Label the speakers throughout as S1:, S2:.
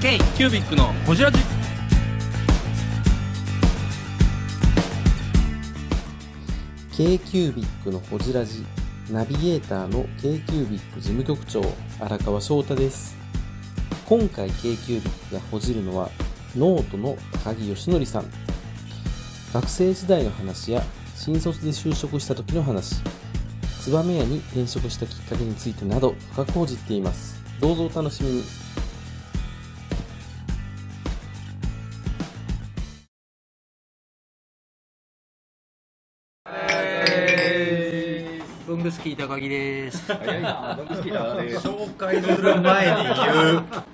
S1: ケイキュービックのホジラジ
S2: ー KQBIC のホジラジナビゲーターの KQBIC 事務局長荒川翔太です今回 KQBIC がほじるのはノートの高木義則さん学生時代の話や新卒で就職した時の話燕屋に転職したきっかけについてなど深く報じっていますどうぞお楽しみに
S1: 文具好き高木です
S3: 早いな
S4: 紹介する前に言う
S3: あ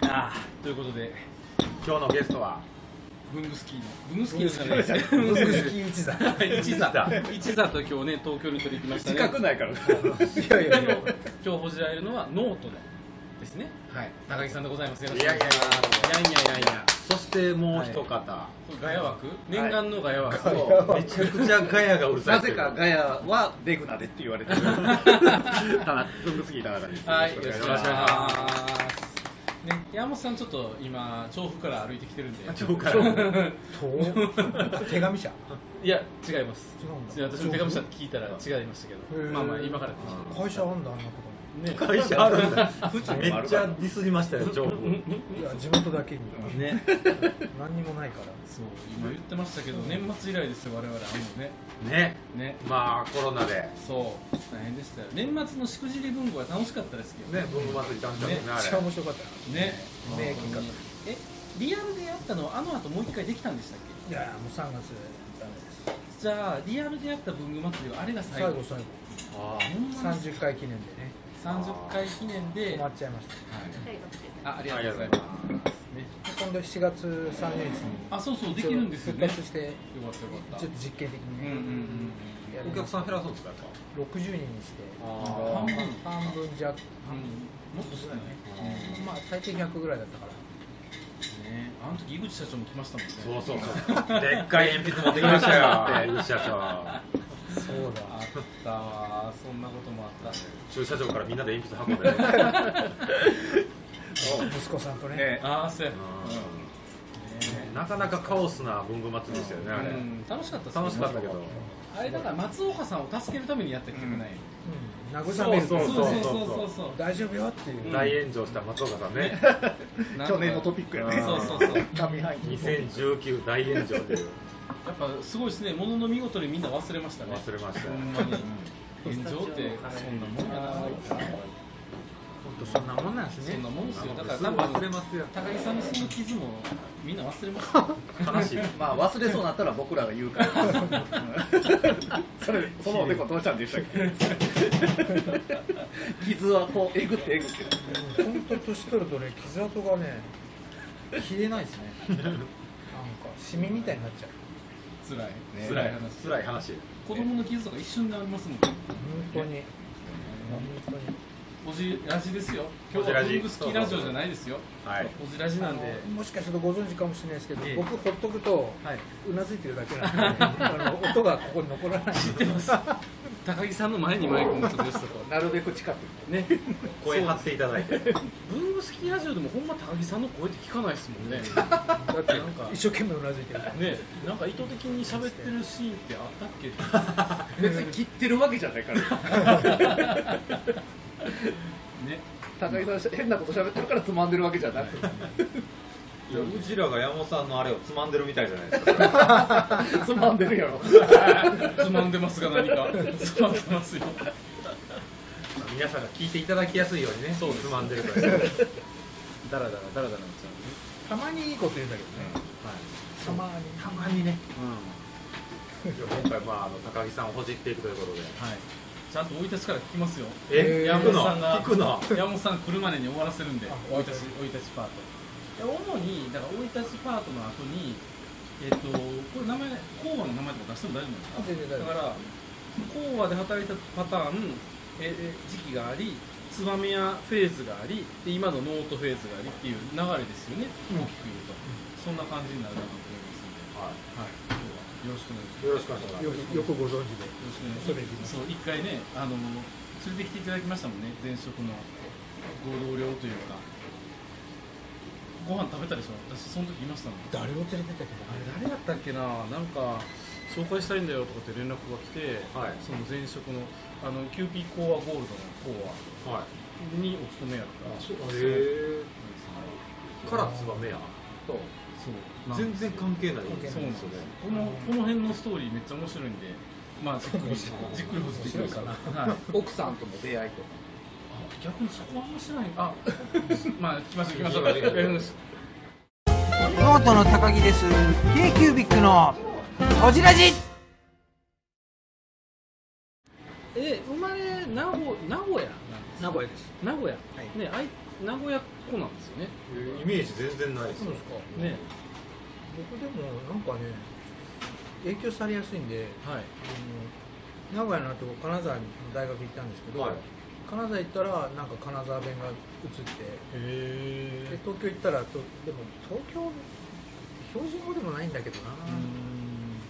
S3: ーということで今日のゲストは
S1: 文具好きの文具好きですかね
S4: 文具好き一座
S1: 一座一座と今日ね東京に取り行きましたね
S3: 自覚ないからね
S4: いやいやいや
S1: 今日今日ほじられるのはノートのですね
S4: はい
S1: 高木さんでございますよろし
S3: い
S1: くお
S3: や
S1: 願い
S3: いや
S1: し
S3: い
S1: ま
S3: や
S1: すいやいやいやいや
S3: そしてもう一方、
S1: ガヤ枠念願のガヤ枠、
S3: めちゃくちゃガヤがうるさい
S4: なぜかガヤはデグナで
S3: って言われてる田中文具好き田中です
S1: はい、よろしくお願いし
S3: す
S1: ます。ね、山本さんちょっと今調布から歩いてきてるんで。
S3: 調布から
S4: 手紙社
S1: いや違います。
S4: 違うんだ
S1: いや私の手紙したって聞いたら違いましたけ
S4: へ
S1: ど、
S4: ー
S1: まあまあ今から聞
S4: 会社あんだあんなと
S1: いてね。
S3: 会社あるんだめっちゃディスりましたよ情報
S4: こいや地元だけに
S3: ね
S4: 何にもないから
S1: そう今言ってましたけど年末以来ですよ我々あのね
S3: ね
S1: ね
S3: まあコロナでね
S1: そう大変でしたよ年末のしくじり文具は楽しかったですけどね
S3: 文具祭りちゃんとね
S1: ね
S3: あ
S4: めっちゃ面白かった
S1: ね
S4: ね
S1: 本当にえリアルでやったのはあの後もう一回できたんでしたっけ
S4: いやもう3月ダメです
S1: じゃあリアルでやった文具祭りはあれが最
S4: 最
S1: 後
S4: 後最後
S1: ほ
S3: あ
S1: んまに
S4: 30回記念でね
S1: 30回記念で
S4: 止まっちゃいました
S1: あ、ありがとうございます。ね
S4: 今度7月30日に
S1: あ、そうそう、できるんですよね。よか
S4: 復活して
S1: った、
S4: ち
S1: よ
S4: ょっ
S1: かっ
S4: と実験的
S1: た。うん
S4: に
S1: うんう
S4: ね
S1: ん。
S4: や
S3: ー
S4: る
S3: お客さん減らすんですかやっぱ
S4: 60人にして
S3: あ
S1: 半分
S4: 半分弱
S1: 半分もっと少ないね。
S4: まあ最低100ぐらいだったから
S1: ね、あの時井口社長も来ましたもんね。
S3: そうそうそうでっかい鉛筆持ってきましたよって社長
S4: そうだ
S1: あったわ、そんなこともあった。
S3: 駐車場からみんなで鉛筆運んでね
S4: 息子さんとね
S3: ね
S1: あー、そうや。
S3: うんなかなかカオスな文具祭りでしたよねあれ
S1: うん、楽しかったすね
S3: 楽しかったけど
S1: あれだから松岡さんを助けるためにやった曲ない、
S4: うん慰める
S3: そうそうそう
S1: そう
S4: 大丈夫よっていう、
S1: うん
S3: 大炎上した松岡さんね
S1: 去年のトピ
S5: ピックや
S3: うん
S1: そうそうそうやっ
S5: 上半期
S3: 2019大炎上という
S1: ぱすごいですねものの見事にみんな忘れましたね
S3: 忘れました
S1: ほ
S3: よ
S1: んまに現状ってそんなもんやな
S4: 本当そんなもんなんです
S1: そん
S4: ね
S1: なもんですよだから
S3: すぐ
S1: 多
S3: 忘れ
S1: 分
S3: ますよ
S1: 高木さんのその傷もみんな忘れますよ
S3: 悲しい
S5: まあ忘れそうになったら僕らが言 うからそれそのおでこ父ちゃんでしたっけ傷はこうえぐってえぐって
S4: 本当年取るとね傷跡がね消えないですねなんかシミみたいになっちゃう
S1: 辛い
S3: 辛い
S1: 話
S3: 辛い話
S1: 子供の傷とか一瞬でありますもん
S4: 本当に本当に
S1: おじラジですよ今日は文具好きラジオじゃないですよ
S3: はい
S1: おじラジなんで
S4: あのもしかするとご存知かもしれないですけど、
S1: ええ
S4: 僕ほっとくと
S1: はい、
S4: うなずいてるだけなんで、あの音がここに残らない知ってます
S1: 高木さんの前にマイク持ってですとか
S5: なるべく近く
S1: ね
S3: 声張っていただいて
S1: 文具好きラジオでもほんま高木さんの声って聞かないですもん ね
S4: だってなんか一生懸命うなずいてるから
S1: ねなんか意図的に喋ってるシーンってあったっけ
S5: 別に切ってるわけじゃないから
S1: ね
S5: 高井さん変なこと喋ってるからつまんでるわけじゃなくて
S3: いやうちらが山本さんのあれをつまんでるみたいじゃないですか
S5: つまんでるやろ
S1: つまんでますが何かつまんでますよ
S3: 皆さんが聞いていただきやすいようにね
S1: そうです
S3: つまんでるから
S1: ダラダラダラダラなっちゃ
S4: たまにいいこと言うんだけどね、たまに
S3: たまにね今回まああの高木さんをほじっていくということで
S1: うはいちゃんと生い立ちから聞きますよ
S3: え
S4: えー
S3: 聞くの
S1: 山本さんが
S3: 聞くの
S1: 山本さん来るまでに終わらせるんで
S4: あ
S1: 生い立ち生い立ちパートで主にだから生い立ちパートの後にえっとこれ名前講和の名前とか出しても大丈夫なんですか
S4: 全然大
S1: だ
S4: 丈
S1: か
S4: 夫
S1: ら講和で働いたパターンええ時期があり燕屋フェーズがありで今のノートフェーズがありっていう流れですよね、大
S4: うん
S1: きく言うと、そんな感じになるなと思いますので、
S3: は
S1: はい、今日はよろしくお願いします
S3: いよろしくお願いします
S4: よくよくご存知
S1: よ
S4: で
S1: ろしくお願いしますそう一回ねあの連れてきていただきましたもんね前職のご同僚というかご飯食べたでしょ私その時いましたもん
S4: 誰を連れてったっけ
S1: あれ誰やったっけななんか紹介したいんだよとかって連絡が来て、
S3: はい
S1: その前職のあのキューピーコアゴールドのコ
S3: はい
S1: アにお勤めやった
S3: あそうへえからツバメや
S5: そう
S1: そう
S3: 全然関係ない
S4: 関係ない
S1: そうなんですよねこのこの辺のストーリーめっちゃ面白いんでまあじっくりじっくりほじっていきましょう
S4: 面
S1: はい
S5: 奥さんとの出会いとか
S1: あ逆にそこはあんましてないあまあ来ましょう来ましょう
S3: いいよいいよ
S1: やります
S6: ノートの高木です k q b i c のこじらじ
S1: え生まれ名古名古屋なんです
S4: 名古屋です
S1: 名古屋、
S4: はい
S1: ねあい名古屋っ子なんですよね
S3: イメージ全然ないです
S4: そうですか
S1: ね
S4: 僕でもなんかね影響されやすいんで
S1: はい
S4: あの名古屋の後金沢の大学行ったんですけど、
S3: はい
S4: 金沢行ったらなんか金沢弁が移って
S1: へ
S4: で東京行ったらとでも東京標準語でもないんだけどな、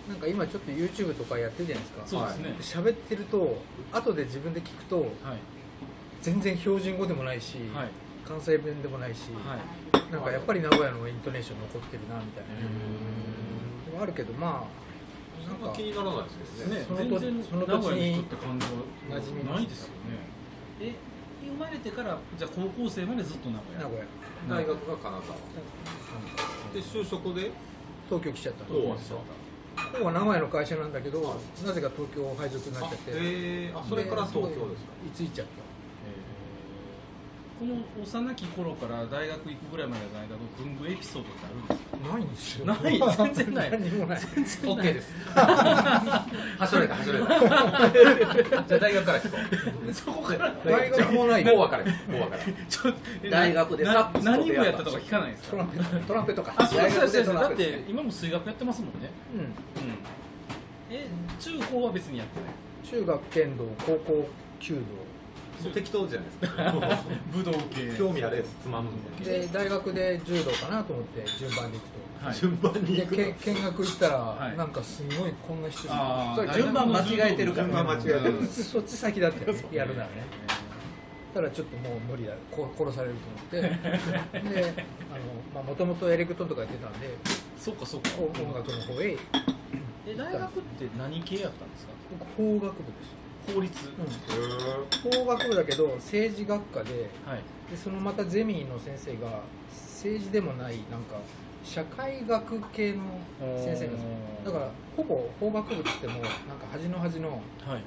S4: なんか今ちょっと YouTube とかやってるじゃないですか
S1: そうですね、
S4: 喋ってると後で自分で聞くと
S1: はい
S4: 全然標準語でもないし、
S1: はいはい
S4: 関西弁でもないし、なんかやっぱり名古屋のイントネーション残ってるなみたいなでもあるけどまあなん
S3: なんか
S4: か
S3: 気にならないですけどね
S1: ね
S4: その
S1: 全
S4: 土
S1: 然
S4: その
S1: 名
S4: 土地
S1: 古
S4: に
S1: 屋の人って感じは
S4: 馴染みます
S1: ないですよねえ生まれてからじゃあ高校生までずっと名古屋
S4: 名
S3: 大学
S4: 古屋
S3: が金沢で就職で
S4: 東京来ちゃったの
S3: どうした
S4: ここは名古屋の会社なんだけど、なぜか東京配属になっ
S3: あ
S4: ちゃって、
S3: へえあそれから東京ですか
S4: いついちゃっ
S1: この幼き頃から大学行くぐらいまでの間の文具エピソードってあるんですか
S4: たないんですよ
S1: ない全然ない
S4: 何もない
S1: オッケーです
S5: はしょれたはしょれた じゃあ大学から聞こ
S1: そこから
S4: 大学もな
S5: う
S4: い
S5: もう分かれもう分かれ
S1: ちょっとえ
S5: 大学で
S1: な
S5: サックスと出会った
S1: 何部やったとか聞かないです
S4: トラ
S1: か
S4: ンペットトランペットか
S1: あそうですそうですそうですだっ
S4: トランペッ
S1: て今も水学やってますもんね
S4: トうん
S1: うんえ中高は別にやってない
S4: 中学剣道高校弓
S3: そう適当じゃないですか
S1: 武道系
S3: 興味あれつまむん
S4: 道
S3: で
S4: で大学で柔道かなと思って順番に行く
S1: はい
S3: 順番
S4: と
S3: に
S4: で
S3: 行くの
S4: け見学行ったら、
S1: はい
S4: なんかすごいこんな人
S1: あー
S5: それ順番間違えてるから
S1: 順番間違えてる
S4: うんそっち先だってやるならねただちょっともう無理だこ殺されると思って でもともとエレクトーンとかやってたんで
S1: そっかそっか
S4: 音楽の方へ
S1: え大学って何系やったんですか
S4: 僕法学部です
S1: 法律
S4: 法学部だけど政治学科で
S1: はい
S4: でそのまたゼミの先生が政治でもないなんか社会学系の先生なんですよだからほぼ法学部って言ってもなんか端の端の
S1: はい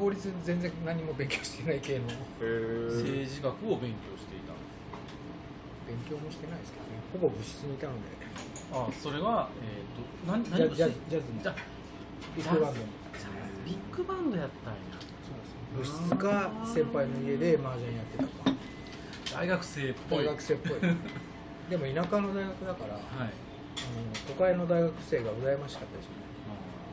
S4: 法律全然何も勉強してない系の
S3: へー
S1: 政治学を勉強していた
S4: 勉強もしてないですけどねほぼ部室にいたので
S1: あそれはえっと何
S4: ジ
S1: 何
S4: ャ
S1: を
S4: ジ
S1: し
S4: ャ
S1: て
S4: ズジャズの
S1: じゃ
S4: ビッグバンドの
S1: ビッグバンドやったんや
S4: 部室が先輩の家で麻雀やってたか
S1: 大学生っぽ
S4: 大
S1: い
S4: 学生っぽいでも田舎の大学だからあの
S1: はい
S4: 都会の大学生が羨ましかったですよね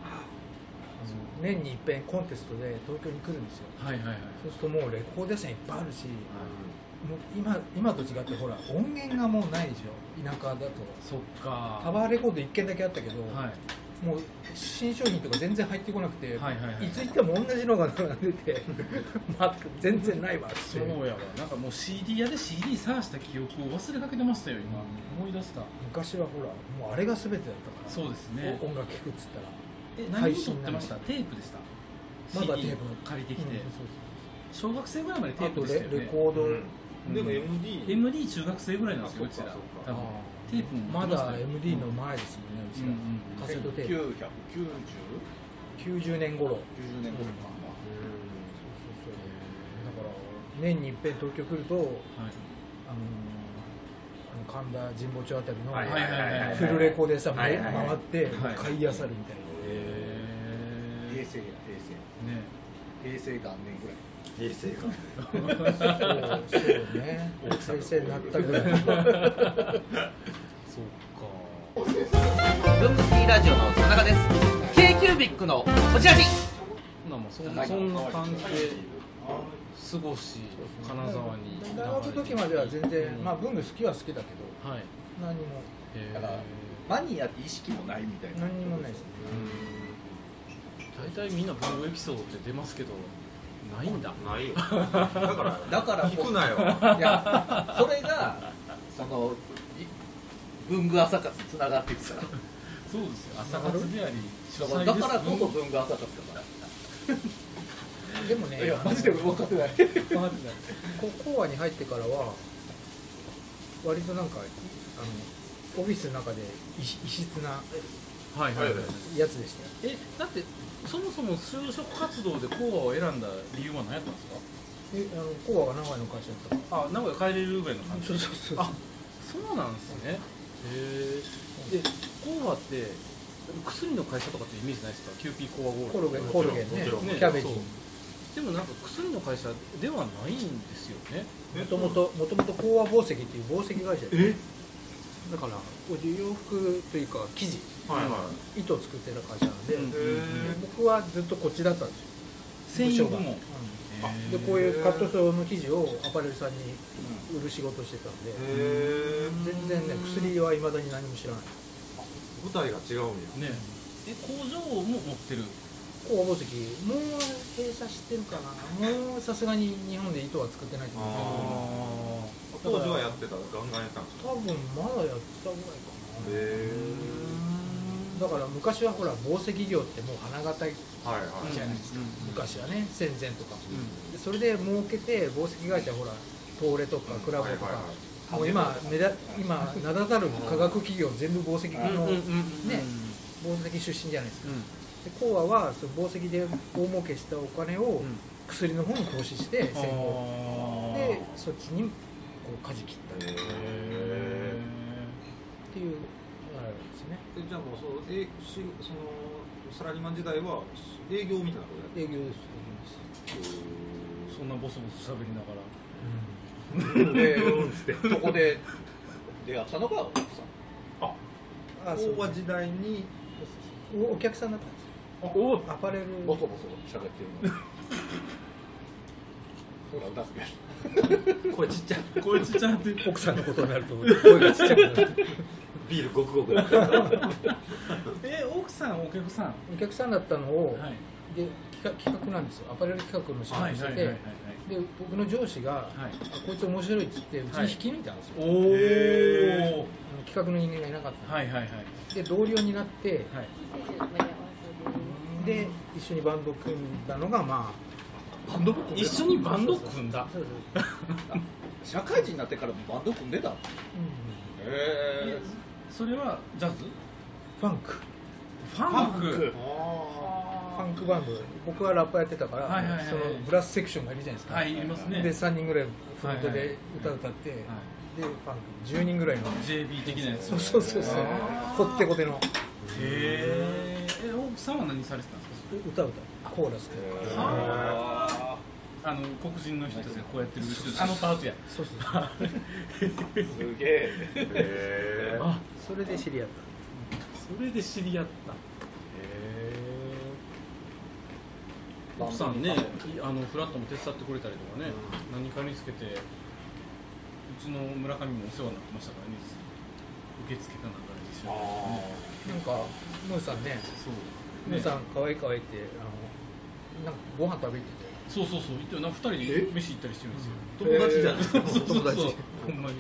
S1: あ
S4: あの年に一遍コンテストで東京に来るんですよ
S1: ーはいはいはい
S4: そうするともうレコード屋さんいっぱいあるしもう今今と違ってほら音源がもうないでしょ田舎だと
S1: そっか
S4: カバーレコード1軒だけあったけど、
S1: はい
S4: もう新商品とか全然入ってこなくて、
S1: はいはいはい
S4: いつ行っても同じのが出て ま全然ないわって
S1: そうやわなんかもう CD 屋で CD 探した記憶を忘れかけてましたよ今思い出した
S4: 昔はほらもうあれが全てだったから
S1: そうですね
S4: お音楽聴くっつったら
S1: え何を撮ってましたテープでした
S4: まだ
S1: CD
S4: テープ
S1: 借りてきて、
S4: うん
S1: 小学生ぐらいまでテ
S4: そうそう
S1: ープでしたよ
S4: あとレレ
S1: ね
S4: コード、
S1: うん
S3: でも MD
S1: MD 中学生ぐらいなんですよう
S3: あ
S1: ち
S3: そっからそ
S1: 多
S3: っ
S1: 分
S4: あ
S1: テープ
S4: ー
S1: も持
S4: ま
S1: ってしたよ
S4: だ MD の前ですもんねうち
S1: うん
S4: ら、
S1: うん
S4: カセットテープ90
S5: 990
S4: 年頃
S5: 90年
S4: そうそうそ
S5: 頃か
S4: うだから年に一遍東京来るとあのーあの神田神保町あたりの、
S1: はいはいはいはいはい
S4: フルレコーでさ、
S5: はいはいはい
S4: 回って
S1: はい
S4: 買い漁るみたいな、
S1: へ
S5: 平
S1: え
S5: 成や
S1: ね
S5: 平成平成元年ぐらい
S3: 平成か
S4: そうそうね先生になったぐらいの
S1: そっか
S6: ブームスキーラジオの田中です k q b i c のこじらじ
S1: まあまあそん
S5: は
S1: ないそんな感じで過ごし金沢に
S4: 大学の時までは全然、まあ文具好きは好きだけど
S1: はい
S4: 何にも
S1: へ
S5: だから
S1: え
S5: マニアって意識もないみたいな
S4: 何にもな いですね
S1: 大体みんな文具エピソードって出ますけどないんだ
S3: ないよだから
S5: だからこ
S3: 聞
S5: そ
S3: くなよ
S5: いやそれがそのい文具朝活につながっていくから
S1: そうですよ朝活であり書
S5: だ
S1: 斎
S5: か
S1: です
S5: らこそ
S1: うん
S5: 文具朝活だか
S4: でも
S5: らい
S4: ね
S5: やマジで分かってない
S1: わかってない
S4: こコアに入ってからは割となんかあのオフィスの中で異異質な
S1: はいはいはい
S4: やつでしたよ
S1: えだってそもそも就職活動でコアを選んだ理由は何やったんですか
S4: えあのコアが名古屋の会社だったか
S1: あ名古屋帰れるぐらいの感
S4: ら
S1: じ
S4: そうそうそう
S1: あそうなんですねへえでコアって薬の会社とかってイメージないですかキューピーコアゴールド
S4: コルゲンコルゲン
S1: も
S4: ね
S1: ちろんもちろん
S4: キャベジ
S1: そうでもなんか薬の会社ではないんですよね
S4: もともともともとコア宝石っていう宝石会社で
S1: え
S4: だからこういう洋服というか生地
S3: はいはい
S4: 糸を作ってる会社なんで、
S1: うん
S4: で僕はずっとこっちだったんですよ
S1: 繊維部門
S4: うんでこういうカットソーの生地をアパレルさんに売る仕事してたんで、全然ね薬はいまだに何も知らない
S3: 舞台が違うんや
S1: ねえ工場も持ってる
S4: 工房石もう閉鎖してるかなもうさすがに日本で糸は作ってないと思う
S3: 当時はやってたガンガンやったんです
S4: け
S3: か
S4: ど多分まだやってたぐらいかな、
S3: へ
S4: だから昔はほら宝石業ってもう花形
S3: えはいはい
S4: じゃないですか、昔はね戦前とか、
S1: ん
S4: でそれで儲けて宝石会社ほら東レとかクラブとか、もう今目だ今名だたる科学企業全部宝石の、ね宝石出身じゃないですかでコアはその宝石で大儲けしたお金を
S1: ん
S4: 薬の方に投資して成功、で
S1: で
S4: そっちにこう舵切ったっ
S3: へ
S4: ていうあれですね
S3: えじゃあもうそうえしそのサラリーマン時代は営業みたいなことやって
S4: 営業です
S1: そんなボソボソ喋りながら
S5: でそこで出会ったのが奥さん
S4: あそう
S3: 昭和時代に
S4: おお客さんだったんです
S1: お
S4: アパレル
S5: ボソボソ喋ってるのにほら歌って
S3: これちっちゃい
S1: こいつちゃんって
S4: 奥さんのことになると声がちっちゃくなる
S3: ビールごくごくだった
S1: え奥さんお客さん
S4: お客さんだったのを、
S1: はい
S4: で企画企画なんですよアパレル企画の仕事してて、で僕の上司が、
S1: はい
S4: あこいつ面白いっつってうちに引き抜いたんですよ、
S1: おお
S3: へ
S4: あの企画の人間がいなかったんで
S1: はいはいはい
S4: で同僚になって
S1: はい
S4: で一緒にバンド組んだのがま
S5: バンド部
S1: 一緒にバンド組んだ
S4: あそうそう
S5: 社会人になってからもバンド組んでたの
S4: うん
S5: へえ
S1: それはジャズ
S4: ファンクフ
S1: ファンク
S4: ァンクバンド僕はラップやってたから、
S1: はいはいはい
S4: そのブラスセクションがいるじゃないですか、
S1: はいいますね
S4: で3人ぐらいフロント
S1: はいはい
S4: で歌歌って、でファンク10人ぐらいの
S1: JB 的なやつ
S4: そうそうそうそうこってこての
S1: へえ奥さんは何されてたんですか
S4: 歌歌コーラスというか
S1: あの黒人の人たちがこうやってるあのパートや
S4: そうそう
S5: すげえ
S3: へ
S1: あ
S4: そうそれで知り合った
S1: それで知り合った奥さんねあのフラットも手伝ってくれたりとかね、何かにつけてうちの村上もお世話になってましたからね受付かなんかで一緒に
S4: なんかムーさんね
S1: そう
S4: ムー
S1: ね
S4: さん可愛い可愛いってあのなんかご飯食べて
S1: そうそうそう言ってな二人で飯行ったりしてるんですよ
S3: 友達じゃないですか
S1: そうそうそ
S3: 友
S1: う
S3: 達
S1: ほんまに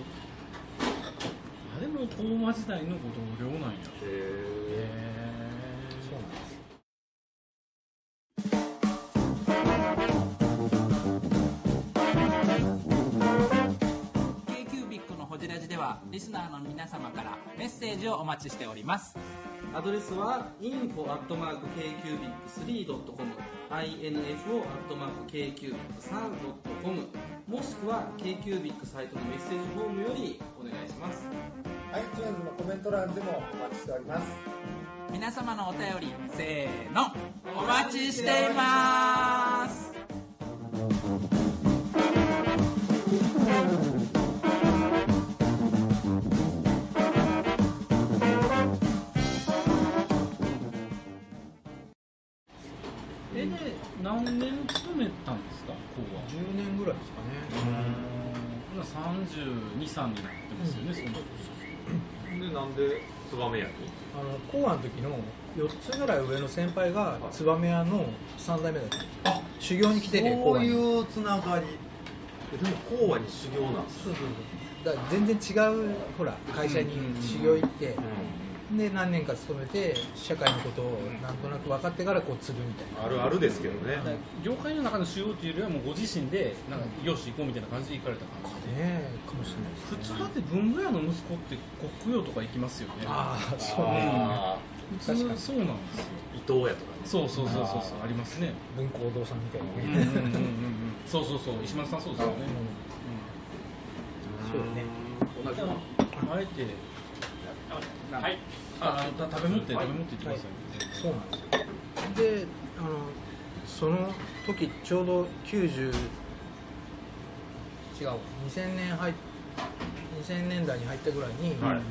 S1: あでも高馬時代のご同僚なんやへえ
S4: てそうなんです
S7: ケイキュービックのホジラジではリスナーの皆様からメッセージをお待ちしております。
S8: アドレスは info.kcubic3.com info.kcubic3.com もしくは KQBIC サイトのメッセージフォームよりお願いします
S7: 皆様のお便り、せーの、お待ちしています。
S1: えで何年勤めたんですか高は
S4: 10年ぐらいですかね
S1: 今32、3になってますよね、その時
S3: でなんでツバメ屋に
S4: あの高安の時の4つぐらい上の先輩が燕屋の3代目だったんですよ修行に来てて
S3: こう
S4: う
S3: いうつながりでも講和に修行なんですよ
S4: そうそうそうだから全然違うほら会社に修行行って、で何年か勤めて社会のことをなんとなく分かってからこう釣るみたいな
S3: あるあるですけどね
S1: だから業界の中の修行っていうよりはもうご自身でなんかよし行こうみたいな感じで行かれた感じで
S4: ねえかもしれないです
S1: 普通だって文具屋の息子って国用とか行きますよね
S4: ああそうね
S5: あ
S1: 普通
S4: 確かに
S1: そうなんですよ
S3: 伊藤やとかね
S1: そうそうそうそうそうありますね
S4: 文庫お堂さんみたい
S1: う
S4: な
S1: ん
S4: ね、
S1: うんうんうんうんそうそうそう石丸さんそうですよね
S4: そうね
S1: 同じあえてはいああのた食べ物って食べ物って言ってください
S4: そうなんですよであのその時ちょうど90違う2000年入っ2000年代に入ったぐらいに、あの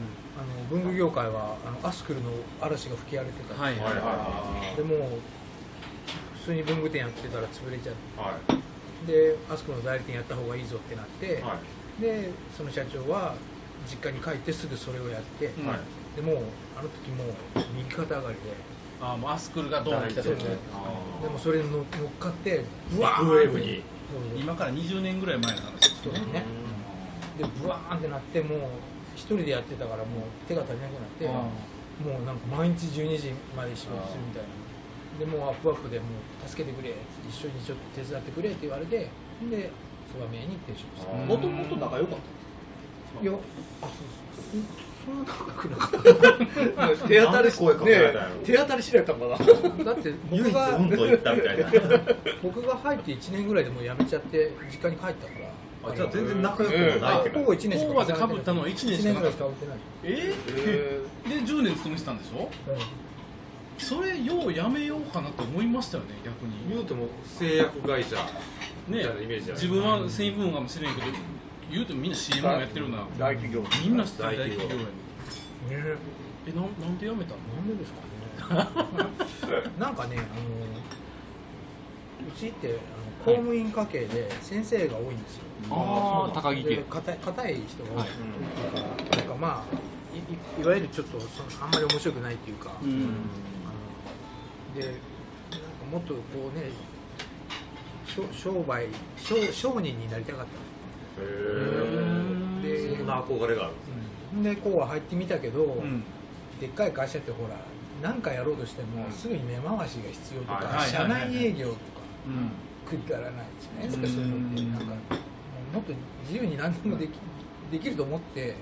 S4: 文具業界はあのアスクルの嵐が吹き荒れてた、
S1: はいはい
S4: でもう普通に文具店やってたら潰れちゃっ
S3: はい
S4: てでアスクルの代理店やった方がいいぞってなって、
S3: はい
S4: でその社長は実家に帰ってすぐそれをやって、
S1: うん
S3: はい
S4: でもうあの時もう右肩上がりで。
S1: あもうアスクルがドーンと来た
S4: そう
S1: 時
S4: そうでもそれに乗っ乗っかってブワーン
S3: ブレーブに
S4: そう
S1: 今から20年ぐらい前の話です
S4: そうねでブワーンってなってもう一人でやってたからもう手が足りなくなってもうなんか毎日12時まで仕事するみたいなでもうアップアップでもう助けてくれっつって一緒にちょっと手伝ってくれって言われてでそば屋に転職した
S5: あもともと仲良かっ
S4: いやあそうそうそんな高くなかった
S5: 手当たりし
S3: なんで声かけられたんやろ
S5: ねえ手当たりしないだったのかな
S4: だって
S3: 唯
S4: 僕
S3: 一
S4: が
S3: うんと言ったみたいな
S4: 僕が入って1年ぐらいでもう辞めちゃって実家に帰ったから
S3: あじゃあ全然仲良くもないって
S4: ほ
S3: 感
S4: ぼ1年しか
S1: 工場でかぶったのは1年
S4: 一
S1: しか
S4: 年
S1: な
S4: ぐ
S1: からっ
S4: いしか売ってない、
S1: たえ
S5: え
S1: ー、で10年勤めてたんでしょそれようやめようかなと思いましたよね逆
S3: じ
S1: に
S3: 言うても製薬会社み
S1: ね
S3: たいなイメージじゃない
S1: 自分は繊維部門かもしれんけど言うてもみんな CM もやってるな
S5: 大企業
S1: みんな知ってる大
S3: 大
S1: 企
S3: 企
S1: 業
S3: 業
S1: やね
S4: ねえ
S1: えなんなんで辞めたの
S4: なんでですかねなんかねあのうちってあの公務員家系で先生が多いんですよ
S1: ああ高
S4: で硬い硬い人が多い、だからなんかまあいいいわゆるちょっとそのあんまり面白くないっていうか、
S1: うん
S4: あのでなんかもっとこうね商商売商商人になりたかった
S3: へー
S4: ので
S3: そんな憧れがある
S4: うんでこうは入ってみたけど、
S1: うん
S4: でっかい会社ってほら何かやろうとしても、
S3: うん
S4: すぐに目回しが必要とか、
S3: はいはい
S4: 社内営業とか
S1: うん
S4: くだらないじゃないですか、
S1: うん
S4: そういうのってなんかもうもっと自由に何でもでき,、できると思って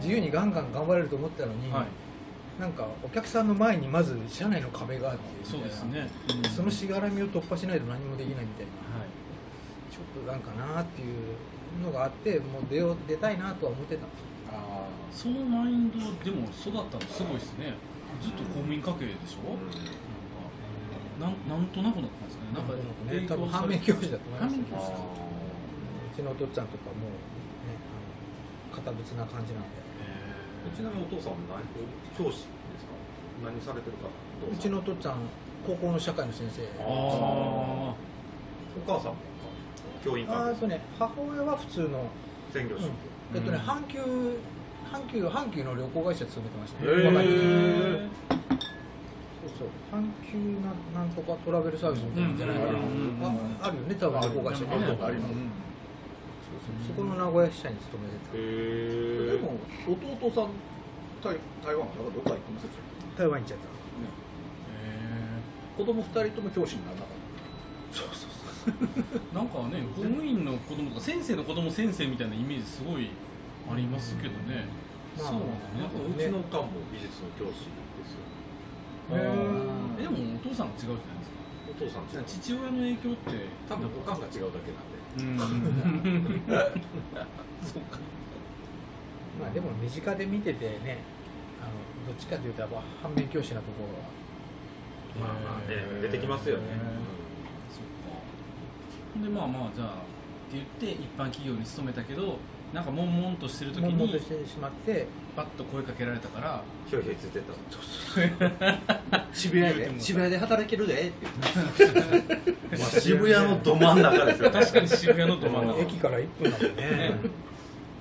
S4: 自由にガンガン頑張れると思ってたのに、
S1: はい
S4: なんかお客さんの前にまず社内の壁があってみたいな
S1: そうですねうん
S4: そのしがらみを突破しないと何もできないみたいな
S1: はい
S4: ちょっとなんかなっていうのがあってもう出よう出たいなとは思ってたんですよ
S1: そのマインドでも育ったのすごいですねずっと公務員家系でしょなんかなんなんとなくなったんですねなんか
S4: ね、多分反面教師だと思います、ね、うちのお父っつぁんとかもう、ね、あの堅物な感じなんで
S3: ちなみにお父さんは何教師ですか何されてるか
S4: うちのお父っつぁん高校の社会の先生
S1: ああ
S3: お母さんも教員関
S4: ああそうね母親は普通の、
S3: 係専業主婦
S4: えっとね
S1: うん
S4: 阪急阪急阪急の旅行会社勤めてましたね、
S3: へー
S4: 若い時
S1: え
S4: そうそう阪急ななんとかトラベルサービスみたいなんじゃないかな、
S1: うんうんうん
S4: ああるよね多分旅行会社
S1: ー
S4: ね
S1: なん
S4: そ
S1: かね
S4: う
S3: あります
S4: そうそこの名古屋支社に勤めて
S3: へえ
S5: でも弟さん台台湾からどっか行ってますよ
S4: た台湾行っちゃった
S5: 子供二人とも教師にならなかっ
S1: なんか ね公務員の子供とか先生の子供先生みたいなイメージすごいありますけどね、
S4: まあ
S1: そう
S3: なんかう
S1: ね
S3: ちのおかんも美術の教師ですよ
S1: あーでもお父さんは違うじゃないですか
S3: お父さん
S1: じ
S3: ち
S1: ゃ
S3: な
S1: あ
S3: みに
S1: 父親の影響って
S3: 多分おかんが違うだけなんで
S1: うんそうか
S4: まあでも身近で見ててねあのどっちかというとやっぱ反面教師なとこ
S1: まあまあね出てきますよねそっかでまあまあじゃあって言って一般企業に勤めたけどなんか悶々としてる時
S4: ろはもんもと
S1: に
S4: してしまって
S1: パッと声かけられたから
S3: ひょいひょいついてった
S5: た渋谷
S1: 言うても
S5: で渋谷で働けるでって
S3: まあ渋谷のど真ん中ですよ
S1: 確かに渋谷のど真ん
S4: まあ
S1: 中
S4: 駅から1分だもんね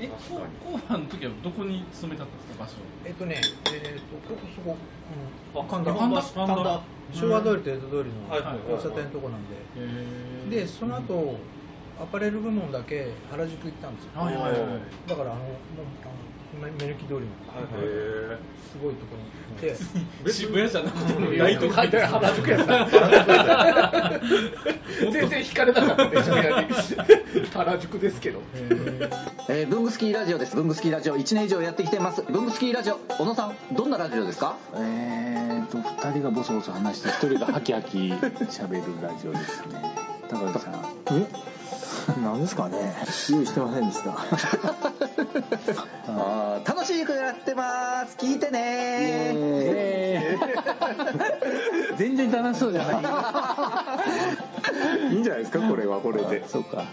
S1: えこう後半の時はどこに勤めたんですか場所
S4: えっとねえっとここそこ、うん、神田
S1: 神田
S5: 神田
S1: 神田
S4: 昭和通りと江戸通りの
S1: はい
S4: 交差点のとこなんで、
S1: へー
S4: でその後、あアパレル部門だけ原宿行ったんですよ
S9: はいはいはい
S4: だからあのもうあの目抜き通りのすごいところに行って
S9: 渋谷じゃなくても
S5: ラ
S9: ラ
S5: イ
S9: イト
S5: ト
S9: が
S5: 書いてある原宿やさ全然引かれなかったね渋谷に原宿ですけど
S10: えー、ブングスキーラジオですブングスキーラジオ1年以上やってきてますブングスキーラジオ小野さんどんなラジオですかえーと2人がボソボソ話して1人がハキハキ喋るラジオですね高橋さんえなんですかね用意してませんでした あー楽しくやってます聞いてね全然楽しそうじゃないいいんじゃないですかこれはこれでそうか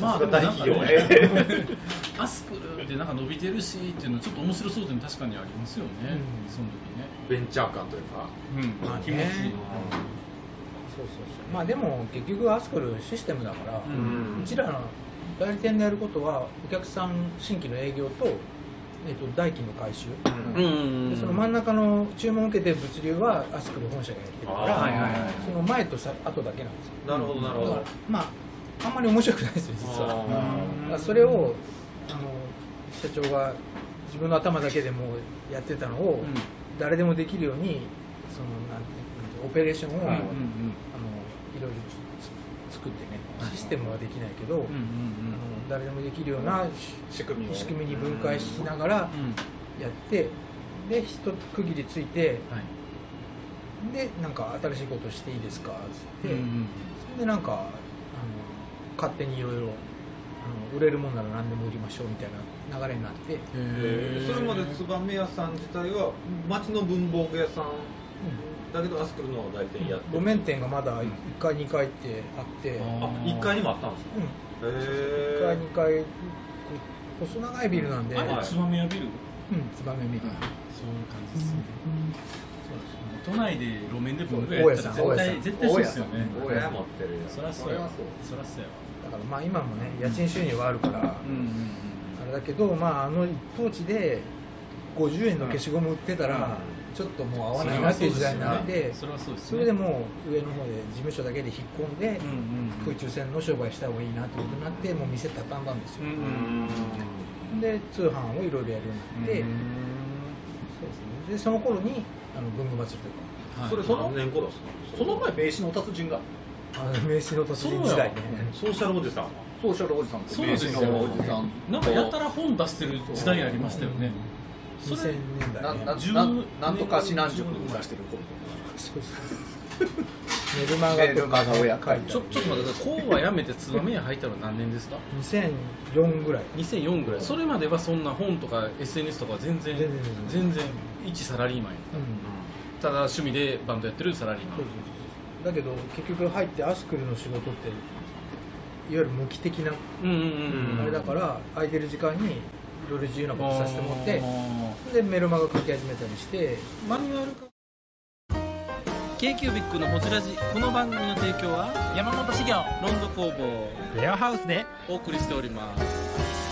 S9: まあでもなんかね
S5: え
S9: アスクルってなんか伸びてるしっていうのはちょっと面白そうでも確かにありますよね、その時
S3: ベンチャー感というか
S9: ね、うん
S4: まあね
S9: 気持ちいい、
S4: そうそうそうまあでも結局アスクルシステムだから、
S9: う
S4: うんちらの代理店でやることはお客さん新規の営業と,、えっと代金の回収、
S9: うん
S4: でその真ん中の注文を受けて物流はアスクル本社がやってるから、
S9: あーはいはいはい
S4: その前とさ後だけなんですよ
S3: なるほどなる
S4: だ
S3: ほ
S4: から
S3: ど
S4: まああんまり面白くないですよ実は
S3: あ
S4: だからそれをあの社長が自分の頭だけでもうやってたのを、誰でもできるようにそのなんてなんてオペレーションを、
S9: うんうん
S4: あのいろいろつ作ってねシステムはできないけど、
S9: うんうんうん
S4: あの誰でもできるようなし
S3: 仕組みを
S4: 仕組みに分解しながら
S9: うん
S4: やってで一区切りついて
S9: はい
S4: でなんか新しいことしていいですかっつって、
S9: うんうん
S4: それでなんかあの勝手にいろいろあの売れるもんなら何でも売りましょうみたいな流れになって、
S9: へ
S3: え
S9: ー
S3: ーそれまで燕屋さん自体は町の文房具屋さんだけどアスクルの代理店やって
S4: 路面店がまだ1階2階ってあって、うん
S3: あ1階にもあったんですかへ
S4: 1階
S3: え
S4: 2階こう細長いビルなんで、うん、
S9: あれつばめ屋ビル
S4: ツバメビル、
S9: そういう感じですよね、都内で路面で僕が
S4: 大
S9: や
S4: 家
S9: った
S4: さ
S9: ら
S4: ん大家さ
S9: 絶対
S4: ん
S9: 絶対そうですよね
S3: 大家持ってるや
S9: そりゃそうやわそりゃそうやわ
S4: だからまあ今もね家賃収入はあるから、
S9: うんうんうん
S4: あれだけど、まあ、あの一等地で50円の消しゴム売ってたら、ちょっともう合わないなっていう時代になって
S9: それはそうです
S4: そ
S9: よ
S4: れ
S9: ね
S4: でもう上の方で事務所だけで引っ込んで
S9: うんうん
S4: 空中戦の商売した方がいいなってことになってもう店畳んだんです
S9: う
S4: よ
S9: んうん
S4: で通販をいろいろやるようになって
S9: うん
S4: そうですねでその頃にあの文具祭り
S9: はい
S3: それその年頃ですか
S5: その前名刺の達人が
S4: とかあの名刺の達人時代ね
S3: ソーシャルおじさん
S5: ソーシャルおじさんと
S9: そうですよ
S5: 名刺のおじさんと
S9: なんかやたら本出してる時代ありましたよねそ
S4: 2000
S9: れ
S4: 年代
S5: な
S4: ね
S5: な
S9: 10
S5: なんなんとか指南塾出してる子
S4: そうそうメルマガ
S5: メルマガをやったり
S9: ちょちょっと待ってくださいこうはやめてツバメ屋入ったの何年ですか
S4: 2004ぐらい
S9: 2004ぐらいそれまではそんな本とか SNS とか全然
S4: 全然
S9: 全然一サラリーマンや
S4: うん
S9: ただ趣味でバンドやってるサラリーマン
S4: そうそうそうだけど結局入ってアスクルの仕事っていわゆる無機的な
S9: うんうんうん
S4: あれだから空いてる時間にいろいろ自由なことさせてもらってでメルマガ書き始めたりして
S9: マニュアルか
S1: k q b i c のホジラジこの番組の提供は山本資源ロンド工房
S11: レアハウスで
S1: お送りしております